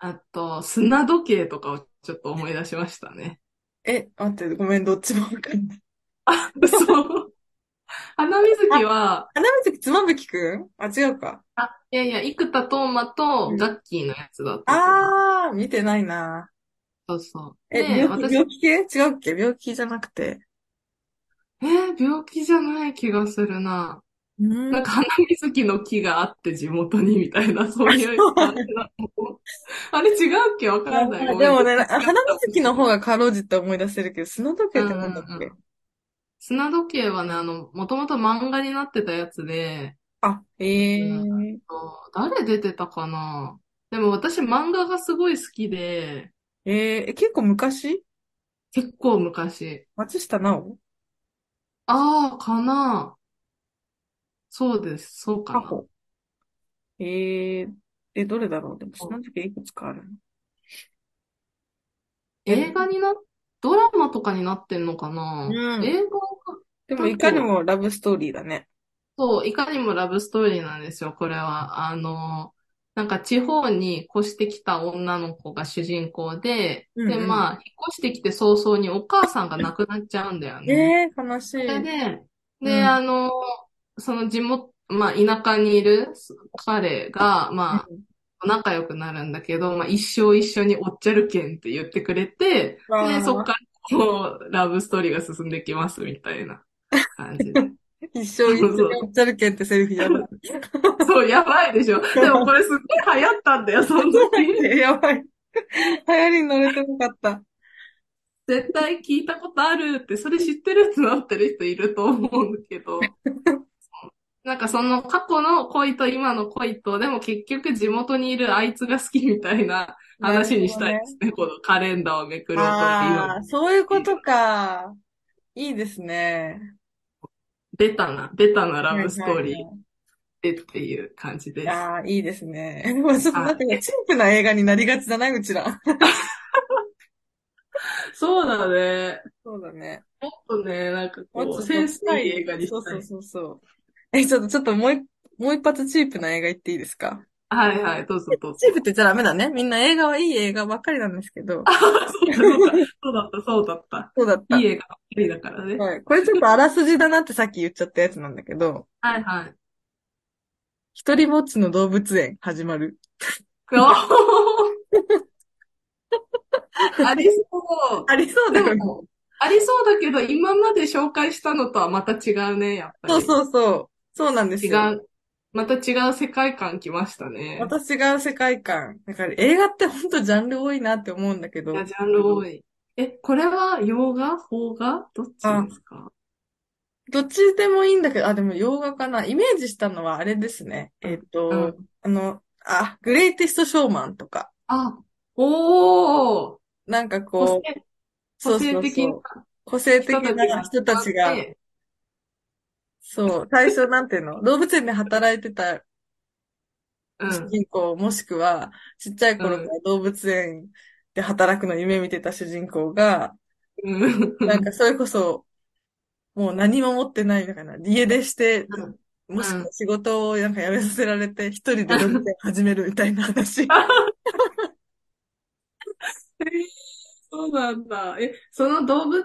A: あと、砂時計とかをちょっと思い出しました ね。
B: え、待って、ごめん、どっちもわかんない。
A: あ、嘘。花水木
B: あ、
A: は、
B: 花水つまぶきくんあ、違うか。
A: あ、いやいや、生田斗真
B: う
A: とガ
B: ん。
A: ッキーのやつだったと思う。
B: あー、見てないな。
A: そうそう。
B: え、
A: で、
B: 病気、
A: 私、
B: 病気系違うっけ病気じゃなくて。
A: えー病気じゃない気がするな。
B: う
A: なん
B: ーん。
A: か、花水木の木があって地元にみたいな、そういう
B: そう
A: 感
B: なんだ
A: じだと思う。 あれ違うっけわか
B: や
A: んない。
B: ばい。
A: ご
B: で
A: めん、
B: も
A: ちょっ
B: ね、
A: と違
B: な花
A: った
B: 水木の方がかろうじて思い出せるけど、砂時計
A: う
B: って
A: ん
B: なん
A: う
B: だっ
A: んう
B: け
A: ん。砂時計はね、あの、もともと漫画になってたやつで、
B: あ、
A: うん、
B: えー、
A: と誰出てたかなでも私漫画がすごい好きで、
B: えー、え結構昔
A: 結構昔。
B: 松下奈緒
A: ああ、かな。そうです。そうか
B: 過
A: な。
B: 去。えー、え、どれだろうでも
A: そう
B: 砂時計いくつかあるのえ、
A: 映画にな、ドラマとかになってんのかな
B: うん。
A: 映画
B: でも、
A: だ
B: いかに
A: と、
B: もラブストーリーだね。
A: そう、いかにもラブストーリーなんですよ、これは。あの、なんか地方に越してきた女の子が主人公で、
B: うん
A: で、
B: うん。
A: まあ、引っ越してきて早々にお母さんが亡くなっちゃうんだよ
B: ええ
A: ね。
B: ー、悲し
A: それ
B: い。
A: で、
B: う
A: で、
B: ん。
A: あの、その地元、まあ、田舎にいる彼が、
B: う
A: ま
B: ん。
A: あ、仲良くなるんだけど、まあ、一生一緒におっちゃるけんって言ってくれて、で、そっ
B: わ
A: か
B: あ。
A: ら、こう、ラブストーリーが進んできますみたいな感じで。
B: 一
A: そ
B: 生一
A: う
B: 緒
A: そ
B: にお
A: う。
B: っちゃるけんってセリフやばい。
A: そう、やばいでしょ。でもこれすっ ごい流行ったんだよ、その時。
B: やばい。流行りに乗れてなかった。
A: 絶対聞いたことあるって、それ知ってるってなってる人いると思うんだ けど、なんかその過去の恋と今の恋と、でも結局地元にいるあいつが好きみたいな
B: なる
A: 話に
B: ほ
A: し
B: ど
A: たい
B: ね。
A: ですね。このカレンダーをめくる音って今
B: ああ、
A: も。
B: そういうことか。いいですね。
A: ベタな、ベタなラ
B: は
A: ブ
B: い
A: ス
B: は
A: トー
B: い
A: リ
B: はい。
A: ーでっていう感じです。
B: ああ、いいですね。 もうちょっと
A: は
B: なん
A: い。
B: か、チープな映画になりがちだな、うちら。
A: そうだね。
B: そうだね。
A: もっとね、なんか
B: もっ
A: ことう、
B: そ
A: セ
B: の
A: ンスの
B: 深
A: いい映
B: い、
A: 画にし
B: そう
A: た
B: そう
A: い。
B: そうそう。え、ちょっと、ちょっともう一、もう一発チープな映画言っていいですか
A: はいはい、どうぞどう
B: チープって
A: ぞ。
B: 言っちゃダメだね。みんな映画はいい映画ばっかりなんですけど。
A: あ、そうだそうだ、そうだった、そうだ った。
B: そうだっ
A: い
B: た。
A: い映画ばっかりだからね。
B: はい。これちょっとあらすじだなってさっき言っちゃったやつなんだけど、
A: はいはい。
B: 一人ぼっちの動物園始まる。
A: おー ありそう。
B: ありそうだ
A: で
B: よね。
A: も、ありそうだけど、今まで紹介したのとはまた違うね、やっぱ
B: そう
A: り。
B: そうそう。そうなんで
A: 違
B: すよ。
A: う、また違う世界観来ました
B: ま
A: ね。
B: た違う世界観。だから映画ってほんとジャンル多いなって思うんだけ
A: いや、
B: ど。
A: ジャンル多い。え、これは洋画邦画どっち
B: あ、
A: ですか
B: どっちでもいいんだけど、あ、でも洋画かな。イメージしたのはあれですね。
A: う
B: えっ
A: ん、う
B: と、
A: ん。
B: あの、あ、グレイテストショーマンとか。
A: あ、おー、
B: なんか
A: 個性、
B: こう、
A: 個
B: そう
A: 性
B: そう
A: 的な
B: そう。個性
A: 人
B: 的
A: たち
B: な
A: が集
B: 人た
A: ま
B: ち
A: っ
B: が、
A: て、
B: そう、最初なんていうの、動物園で働いてた
A: う
B: 主
A: ん、
B: 人公、もしくは、ちっちゃいう頃か
A: ん、
B: ら動物園で働くの夢見てた主人公が、
A: うん、 う
B: なんか
A: ん、
B: それこそ、もう何も持ってないのかな。家出して、もし
A: う
B: くは
A: ん。
B: 仕事をなんか辞めさせられて、一人で動物園始めるみたいな話。
A: えーそうなんだ。え、その動物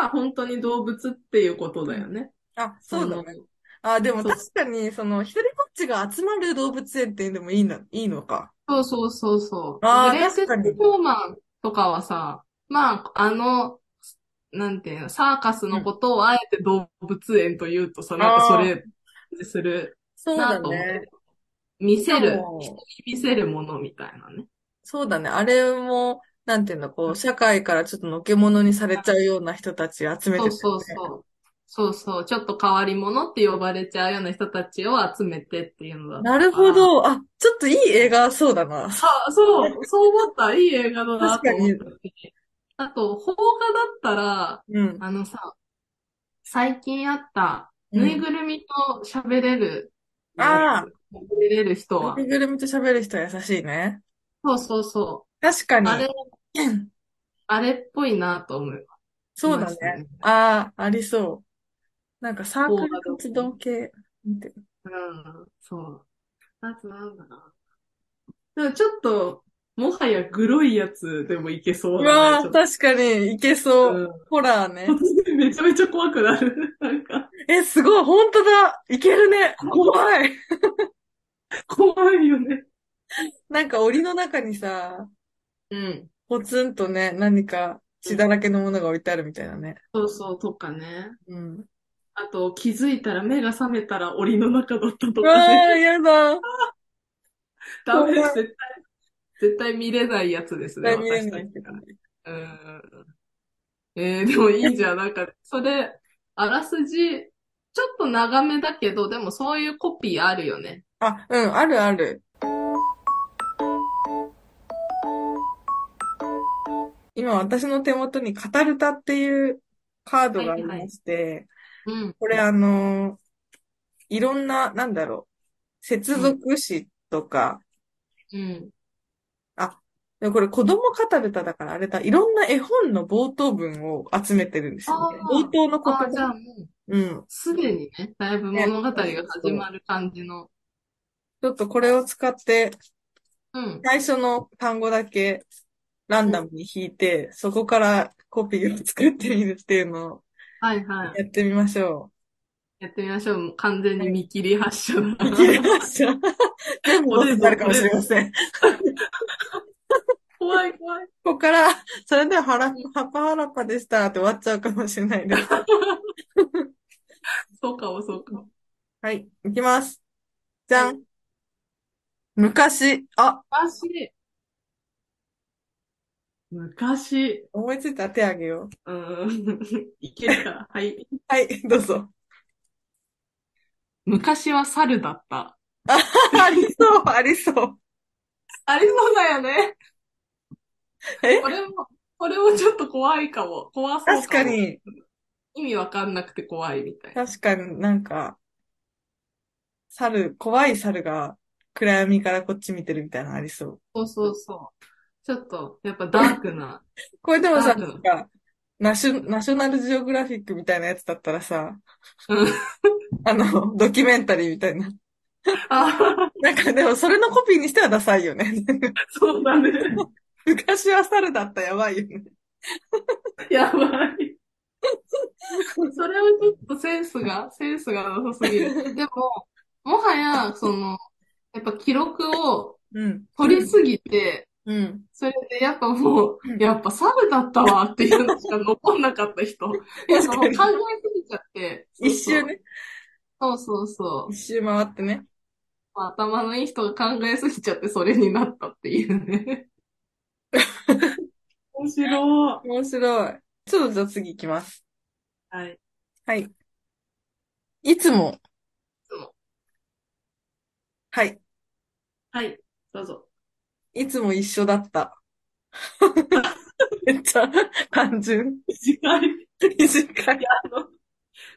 A: は本当に動物っていうことだよね。
B: あ、
A: そ
B: そうだ
A: の、
B: ね。あ、でも
A: そう、
B: 確かに、その、一人ぼっちが集まる動物園っていうのもいいな、いいのか。
A: そうそうそうそう。グ
B: ああ、
A: レイ
B: 確
A: テス
B: か
A: ト
B: に。
A: ショーマンとかはさ、まあ、あの、なんていうの、サーカス
B: う
A: の
B: ん。
A: ことをあえて動物園と言うとさ、なんかそ
B: ああ、
A: れ、する
B: そう
A: な
B: だ
A: と思って。
B: ね。
A: 見
B: しか
A: せる、人
B: も、
A: に見せるものみたいなね。
B: そうだね。あれも、なんていうんだ、こう、社会からちょっとのけ者にされちゃうような人たちを集め
A: そ
B: て
A: う
B: た
A: そう
B: よね。
A: そう。そうそう。ちょっと変わり者って呼ばれちゃうような人たちを集めてっていうのだっ
B: な
A: た
B: る
A: か
B: ほ
A: ら。
B: ど。あ、ちょっといい映画そうだな。
A: あ、そう、そう思った。いい映画
B: 確
A: だな
B: か
A: と思っ
B: に。
A: たし。あと、邦画だったら、
B: うん、
A: あのさ、最近あった、
B: う
A: ぬい
B: ん。
A: ぐるみと喋れるや
B: ああ、
A: つ。喋れる人
B: ぬい
A: は。
B: ぐるみと喋る人は優しいね。
A: そうそうそう。
B: 確か
A: あ
B: に。
A: れ、あれっぽいなと思い
B: そう
A: ま
B: だ
A: した
B: ね。
A: ね。
B: ああ、ありそう。なんかサーク
A: 邦
B: ル
A: 画だ
B: 活
A: と。
B: 動系。見て
A: うん、そう。あとなんだな。でもちょっと、もはやグロいやつでもいけそう
B: う
A: だね、
B: わ
A: ち
B: あ、
A: ょっと。
B: 確かに、いけそう。
A: うん。
B: ホラーね。
A: 突然めちゃめちゃ怖くなる。なんか、
B: え、すごい、本当だ。いけるね。怖い。
A: 怖いよね。
B: なんか檻の中にさ、
A: うん。
B: ポツンとね、何か
A: う
B: 血だ
A: ん。
B: らけのものが置いてあるみたいなね。
A: そうそう、とかね。
B: うん。
A: あと、気づいたら目が覚めたら檻の中だった
B: う
A: と
B: わ
A: かね。
B: あ、やだ。
A: ダ
B: 怖
A: メです。
B: い。
A: 絶対、絶対見れないやつですね、
B: 絶対見れな
A: 私たち
B: いけど
A: か
B: ね。
A: ら。うん。えー、でもいいじゃん。なんか、それ、あらすじ、ちょっと長めだけど、でもそういうコピーあるよね。
B: あ、うん、あるある。今私の手元にカタルタっていうカード
A: は
B: が
A: い
B: あり
A: は
B: ま
A: い。
B: して、
A: うん、
B: これあの、いろんな、なんだろう、接
A: うん、
B: 続詞とか、
A: うん。
B: あ、でもこれ子供カタルタだからあれだ、いろんな絵本の冒頭文を集めてるんですよね。冒頭
A: あ
B: の言
A: あ、ああ、じゃ
B: 葉。
A: あもう、
B: うん。
A: すでにね、だいぶ
B: ね、
A: 物語が
B: そうそう
A: 始
B: そう。
A: まる感じの。
B: ちょっとこれを使って、
A: うん、
B: 最初の単語だけラン
A: う
B: ダ
A: ん。
B: ムに引いて、そこからコピーを作ってみるっていうのを
A: はいはい。
B: やってみましょ
A: やってみましょう。もう完全
B: う。は
A: に
B: い。
A: 見切り発車だ
B: 見切れ
A: な。
B: ました。全部
A: こ
B: ボツ
A: れ
B: にな
A: ぞ、
B: るか
A: こ
B: もし
A: れ
B: れま
A: ぞ。
B: せん。
A: 怖い怖い。
B: ここから、それでははら、
A: うん
B: はっぱはらっぱでしたって終わっちゃうかもしれないです。
A: そうかも、そうかも。
B: はい、いきます。じ
A: は
B: ゃ
A: い。
B: ん。昔、あ、
A: マジ。昔、
B: 思いついたら手あげよう。
A: うーん、いけるから 、はい。
B: はい、どうぞ。
A: 昔は猿だった。
B: あ、 ありそう、 ありそう。
A: ありそうだよね。
B: え
A: これも、これもちょっと怖いかも。怖そう
B: 確
A: か
B: か
A: も。
B: に、
A: 意味わかんなくて怖いみたい
B: 確かになんか、猿、怖い猿が暗闇からこっち見てるみたいなのありそう。
A: な。そうそうそう。ちょっと、やっぱダークな、
B: これでも
A: ダ
B: さ、
A: ー
B: なん
A: クな。
B: か、ナショ、ナショナルジオグラフィックみたいなやつだったらさ、
A: うん。
B: あの、ドキュメンタリーみたいな。
A: あ
B: なんかでもそれのコピーにしてはダサいよね。
A: ー、そうだね。
B: 昔は猿だったやばいよね。
A: やばい。それはちょっとセンスが、センスがなさすぎる。でも、もはや、その、やっぱ記録を
B: うん、
A: 取りすぎて、
B: うん。
A: それでやっぱもう、
B: うん
A: やっぱ猿だったわっていうのしか残んなかった 人。やっ
B: 確
A: ぱ
B: か
A: もう考
B: に。
A: えすぎちゃって、そ
B: 一周
A: うそう。
B: ね。
A: そうそう
B: 一
A: そう。
B: 周回ってね。
A: まあ頭のいい人が考えすぎちゃってそれになったっていうね。 面白い。
B: 面白い。ちょっとじゃあ次行きます。
A: はい。い
B: はい。いつも。
A: つも。
B: はい。
A: はい。どうぞ。
B: いつも一緒だった。 めっちゃ単純。
A: 短い。
B: 短い。
A: あの、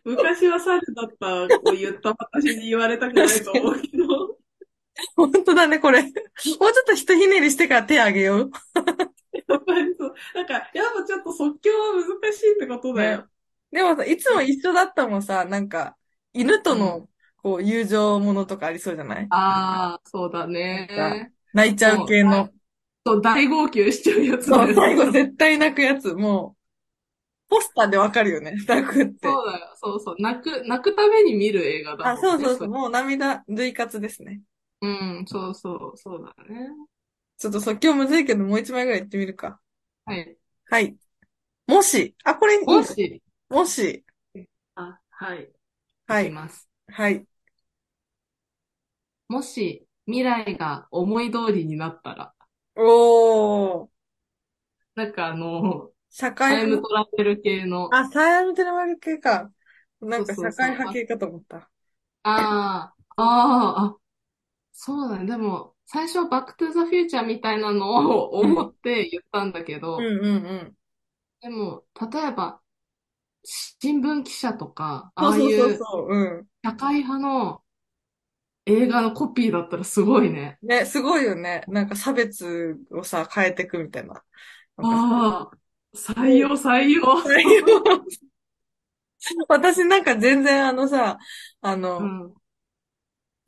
A: 昔は猿だったを言った私に言われたくない
B: 確
A: と
B: か
A: 思
B: に。
A: うけど。
B: 本当だね、これ。もうちょっとひとひねりしてから手あげよ
A: やっぱりそう。なんか、やっぱちょっと即興は難しいってこと
B: う。
A: だ
B: ね。
A: よ。
B: でもさ、いつも一緒だったもんさ、なんか、犬と
A: うん。
B: の、こう、友情ものとかありそうじゃない
A: ああ、そうだ
B: なんか、
A: ね。
B: 泣いちゃう
A: もう、
B: 系の。
A: そう、大号泣しちゃうやつ
B: そ
A: だ
B: う、
A: よ
B: 最
A: ね。
B: 後絶対泣くやつ、もう、ポスターでわかるよね、泣くって。
A: そうだよ。そうそう。泣く、泣くために見る映画だ
B: あ、
A: もん
B: そう
A: ね、
B: そうそう、
A: それ。
B: もう涙、涙活ですね。
A: うん、そうそう、そうだね。
B: ちょっと即興むずいけど、もう一枚ぐらい言ってみるか。
A: はい。
B: はい。もし、あ、これいい
A: も
B: の
A: し、
B: もし、
A: あ、はい、い
B: は
A: き
B: い、
A: ます。
B: はい。
A: もし、未来が思い通りになったら、
B: おー、
A: なんかあの、
B: 社会
A: タイム
B: 派、
A: トラベル系の、
B: あ、サイアムテレマル系か。な
A: そ
B: ん
A: う
B: か社
A: そう
B: 会
A: そう、
B: 派系かと思った。
A: ああ、あーあ、そうだね。でも、最初、バックトゥザフューチャーみたいなのを
B: う
A: 思
B: ん、
A: って言ったんだけ
B: う
A: ど、
B: ん、うん、うん。
A: でも、例えば、新聞記者とか、
B: そう
A: ああ
B: そう
A: い
B: そう
A: う
B: そう、うん。
A: 社会派の映画のコピーだったらすごいね。
B: ね、すごいよね。なんか差別をさ、変えてくみたいな。なんか、
A: ああ、採
B: も
A: 用、採用。
B: う、採用 私なんか全然あのさ、あ
A: う
B: の、
A: ん。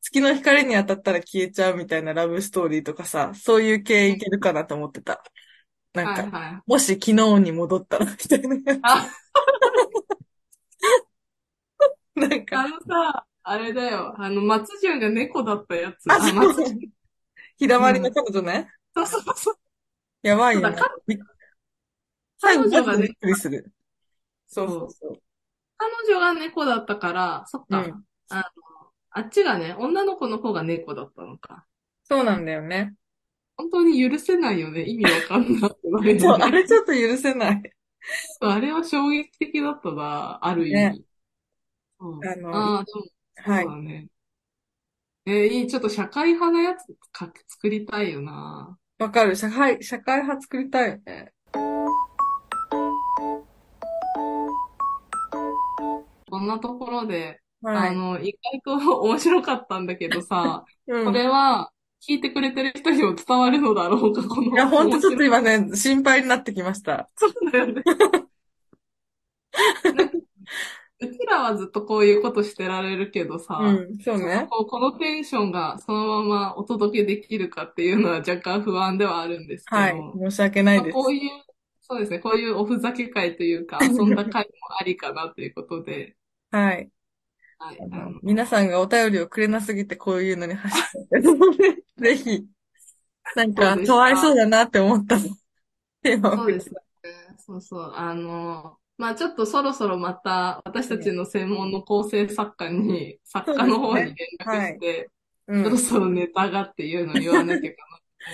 B: 月の光に当たったら消えちゃうみたいなラブストーリーとかさ、そういう系
A: う
B: い
A: ん
B: けるかなと思ってた。なん
A: はい
B: か、
A: はい。
B: もし昨日に戻ったらみ たいなやつ。
A: あ、
B: なんか、
A: あのさ、あれだよ。あの、松潤が猫だったやつ。
B: あ、
A: あ、
B: そ
A: 松
B: う、日だまり
A: 潤。
B: の彼女
A: うん。
B: ね。
A: そうそうそう。
B: やばい
A: そ
B: うよ
A: だ、
B: ね。
A: か、
B: び最
A: 彼
B: 後マ
A: 女
B: ジ
A: が
B: で
A: ね、
B: びっくりする。そうそう
A: そう。
B: そう。
A: 彼女が猫だったから、そっ
B: う
A: か。
B: ん。
A: あの、あっちがね、女の子の方が猫だったのか。
B: そうなんだよね。
A: 本当に許せないよね。意味わかんなくない
B: そ
A: よ
B: う、あれ
A: ね。
B: ちょっと許せない。
A: あれは衝撃的だったな、ある意
B: ね。
A: 味。うん。
B: あの、い
A: ああ、でも、
B: は
A: そう
B: い。
A: だね。えーいい、ちょっと社会派なやつか作りたいよな。
B: わかる。社会、社会派作りたいよね。
A: こんなところで、
B: は
A: あ
B: い。
A: の、意外と面白かったんだけどさ、
B: う
A: こ
B: ん。
A: れは聞いてくれてる人にも伝わるのだろうか、こ
B: いや、
A: の
B: ほんと
A: 面
B: ちょっと
A: 白
B: 今
A: さ。
B: ね、心配になってきました。
A: そうだよ ね。なんか、うちらはずっとこういうことしてられるけどさ、
B: うん、そう
A: ちょっと
B: ね。
A: こう、このテンションがそのままお届けできるかっていうのは若干不安ではあるんですけ
B: はい。
A: ど、
B: 申し訳ない
A: まあ、
B: で
A: こ
B: す。
A: ういう、そうですね、こういうおふざけ会というか遊んだ会もありかなということで、
B: はい。
A: はい、
B: あ
A: あ
B: の、
A: の、
B: 皆さんがお便りをくれなすぎてこういうのに走ってるので、 ぜひ、なん
A: そう
B: か、
A: で
B: か
A: し
B: わいそう
A: た。
B: だなって思ったの。テーマを
A: そ
B: 送
A: う
B: っ
A: で
B: て
A: すね。そうそう。あの、まあちょっとそろそろまた私たち
B: ね。
A: の専門の構成作家に、作
B: そう
A: 家
B: です
A: の方に
B: ね。
A: 連絡
B: は
A: し
B: い。
A: て、
B: う
A: そろ
B: ん。
A: そろネタがっていうのを言わなきゃいけ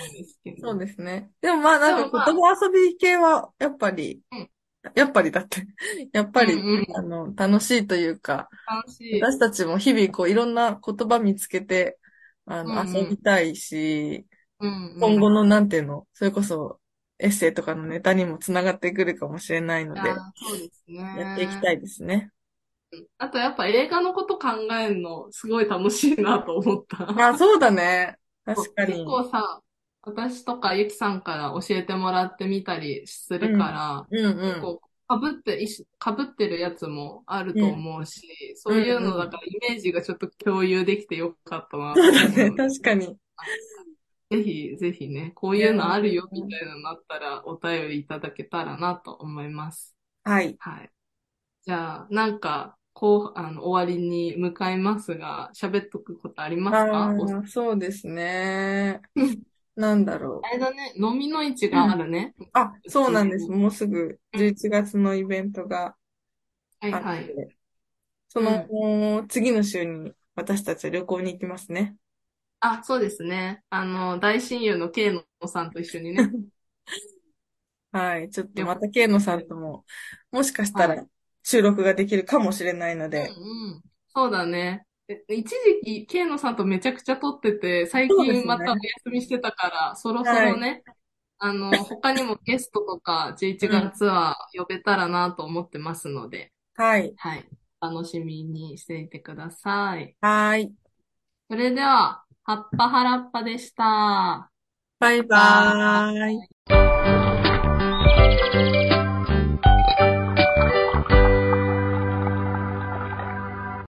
A: ないなんですけ
B: そう
A: ど。
B: ですね。でもまあ
A: で
B: なん
A: も
B: か
A: ま
B: 言
A: あ、
B: 葉遊び系は、やっぱり、
A: うん
B: やっぱりだって やっ
A: う
B: ぱり、
A: んうん、
B: あの、楽しいというか、
A: 楽しい。
B: 私たちも日々こういろんな言葉見つけて、あ
A: う
B: の、
A: ん
B: 遊
A: う
B: び
A: ん、
B: たいし、
A: うん
B: 今
A: うん。
B: 後のなんていうの、それこそエッセイとかのネタにもつながってくるかもしれないの
A: あ
B: で、
A: あ、そうです
B: やっていき
A: ね。
B: たいですね。
A: あとやっぱ映画のこと考えるのすごい楽しいなと思った。
B: あ、そうだね。
A: そう
B: 確か
A: 結
B: に。
A: 構さ、私とかゆきさんから教えてもらってみたりす
B: う
A: るか
B: ん。
A: ら、
B: うんう
A: 結
B: ん。
A: 構被って、一緒被ってるやつもある
B: う
A: と
B: ん。
A: 思うし、
B: う
A: そういうんの
B: う
A: だ
B: ん。
A: からイメージがちょっと共有できてよかったな
B: そう
A: と
B: だ
A: 思う
B: ね。
A: ので、
B: 確かに。
A: ぜひぜひね、こう
B: い
A: い
B: や
A: うのあるよみ
B: ー、
A: たいなのあったらお便りいただけたらなと思います。
B: はい。
A: はい。じゃあ、なんか、こう、あの、終わりに向かいますが、喋っとくことありますかお、
B: ああ、そうですね。なんだろ
A: あれだね、飲みの市
B: う。
A: が
B: う
A: あ
B: ん。
A: るね。
B: あ、
A: う
B: そう
A: ち
B: なん
A: に。
B: です。
A: うん
B: もうすぐ11月のイベントが
A: はい
B: あっ
A: はい。
B: て、そ
A: うん。
B: の次の週に私たちは旅行に行きますね。
A: あ、そうですね。あの、大親友のケイノさんと一緒にね、
B: はい。ちょっと
A: 旅
B: ま
A: 行
B: た、慶野さん
A: に行き
B: とも、もしかした
A: たい。はい。
B: ら収録ができるかもしれないの で。
A: うんうん。そうだね。え一時期、ケイノさんとめちゃくちゃ撮ってて、最
B: そうで
A: 近
B: す
A: またお
B: ね。
A: 休みしてたから、そろそ
B: は
A: ろ
B: い。
A: ね、あの、他にもゲストとか11
B: うん。
A: 月は呼べたらなと思ってますので、
B: はい。
A: はい。楽しみにしていてください。
B: はーい。
A: それでは、はっぱはらっぱでした。
B: バ
A: バ
B: イ
A: イバーイ。
B: バーイ。